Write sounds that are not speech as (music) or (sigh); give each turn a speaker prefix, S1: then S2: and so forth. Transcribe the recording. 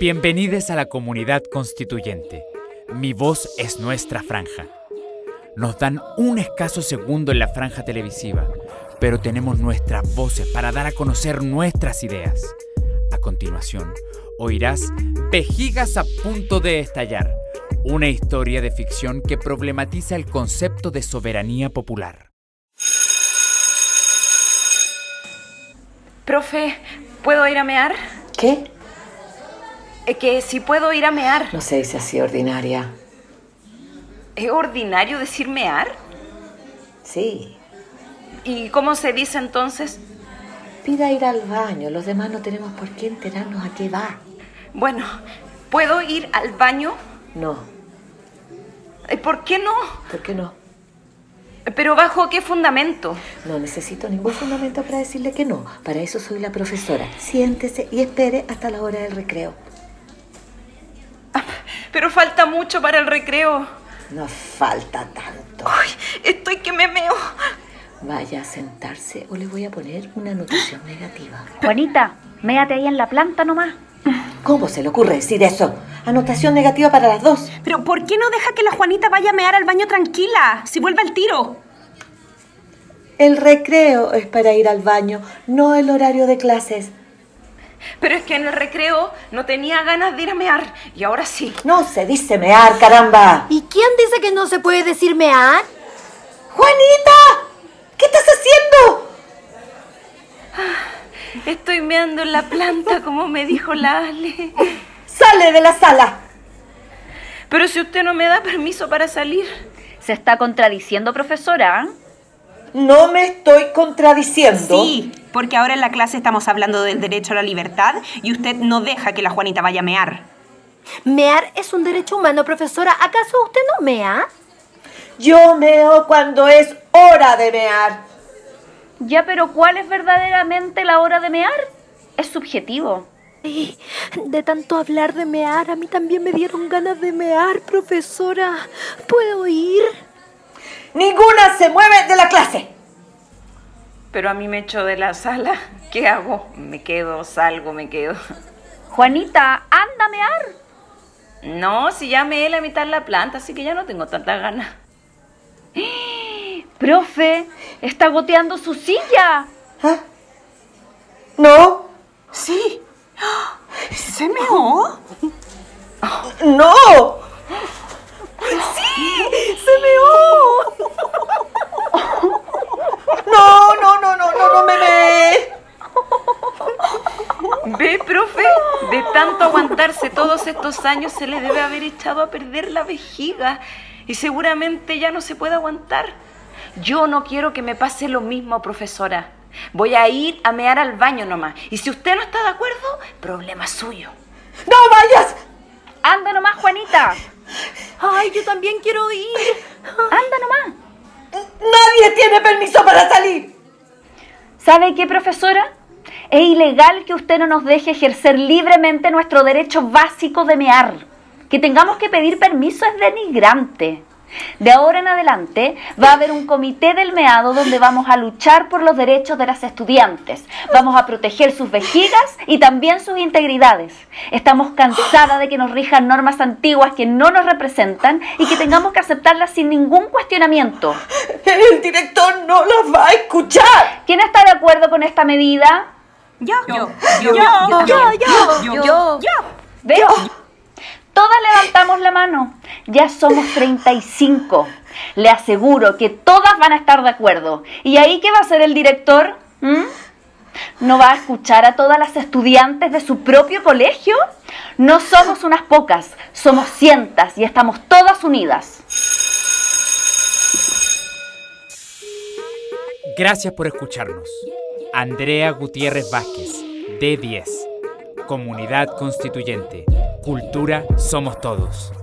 S1: Bienvenidos a la comunidad constituyente. Mi voz es nuestra franja. Nos dan un escaso segundo en la franja televisiva, pero tenemos nuestras voces para dar a conocer nuestras ideas. A continuación, oirás Vejigas a punto de estallar, una historia de ficción que problematiza el concepto de soberanía popular.
S2: Profe, ¿puedo ir a mear?
S3: ¿Qué?
S2: Eh, que si puedo ir a mear.
S3: No se dice así, ordinaria.
S2: ¿Es ordinario decir mear?
S3: Sí.
S2: ¿Y cómo se dice entonces?
S3: Pida ir al baño. Los demás no tenemos por qué enterarnos a qué va.
S2: Bueno, ¿puedo ir al baño?
S3: No.
S2: Eh, ¿Por qué no?
S3: ¿Por qué no?
S2: ¿Pero bajo qué fundamento?
S3: No necesito ningún fundamento para decirle que no. Para eso soy la profesora. Siéntese y espere hasta la hora del recreo.
S2: Pero falta mucho para el recreo.
S3: No falta tanto.
S2: Ay, estoy que me meo.
S3: Vaya a sentarse o le voy a poner una anotación negativa.
S4: Juanita, méate ahí en la planta nomás.
S3: ¿Cómo se le ocurre decir eso? Anotación negativa para las dos.
S5: Pero ¿por qué no deja que la Juanita vaya a mear al baño tranquila? Si vuelve al tiro.
S3: El recreo es para ir al baño, no el horario de clases.
S2: Pero es que en el recreo no tenía ganas de ir a mear y ahora sí.
S3: No se dice mear, caramba.
S6: ¿Y quién dice que no se puede decir mear?
S3: ¡Juanita! ¿Qué estás haciendo?
S2: Estoy meando en la planta como me dijo la Ale.
S3: ¡Sale de la sala!
S2: Pero si usted no me da permiso para salir.
S4: Se está contradiciendo, profesora.
S3: No me estoy contradiciendo.
S5: Sí, porque ahora en la clase estamos hablando del derecho a la libertad y usted no deja que la Juanita vaya a mear.
S6: Mear es un derecho humano, profesora. ¿Acaso usted no mea?
S3: Yo meo cuando es hora de mear.
S4: Ya, pero ¿cuál es verdaderamente la hora de mear? Es subjetivo.
S6: Ay, De tanto hablar de mear, a mí también me dieron ganas de mear, profesora. ¿Puedo ir?
S3: Ninguna se mueve de la clase.
S2: Pero a mí me echo de la sala. (laughs) ¿Qué hago? Me quedo, salgo, me quedo. (laughs)
S4: Juanita, anda a mear.
S2: No, si ya me he la mitad de la planta, así que ya no tengo tantas ganas.
S4: Profe, está goteando su silla.
S3: ¿Ah? No,
S5: Sí. ¿Se meó?
S3: no. Sí, se meó. No, no, no, no, no, no me meé.
S2: ¿Ve, profe? De tanto aguantarse todos estos años se le debe haber echado a perder la vejiga y seguramente ya no se puede aguantar. Yo no quiero que me pase lo mismo, profesora. Voy a ir a mear al baño nomás. Y si usted no está de acuerdo, problema suyo.
S3: No vayas.
S4: Anda nomás, Juanita.
S6: Ay, yo también quiero ir.
S4: Anda nomás.
S3: Nadie tiene permiso para salir.
S4: ¿Sabe qué, profesora? Es ilegal que usted no nos deje ejercer libremente nuestro derecho básico de mear. Que tengamos que pedir permiso es denigrante. De ahora en adelante va a haber un comité del meado donde vamos a luchar por los derechos de las estudiantes. Vamos a proteger sus vejigas y también sus integridades. Estamos cansadas de que nos rijan normas antiguas que no nos representan y que tengamos que aceptarlas sin ningún cuestionamiento.
S3: El director no las va a escuchar.
S4: ¿Quién está de acuerdo con esta medida?
S5: Yo. Yo. Yo. Yo.
S6: Yo, yo,
S5: Yo. Yo.
S4: ¿Ves? Todas levantamos la mano. Ya somos 35. Le aseguro que todas van a estar de acuerdo. ¿Y ahí qué va a hacer el director? ¿Mm? ¿No va a escuchar a todas las estudiantes de su propio colegio? No somos unas pocas, somos cientas y estamos todas unidas.
S1: Gracias por escucharnos. Andrea Gutiérrez Vázquez, D10. Comunidad Constituyente. Cultura Somos Todos.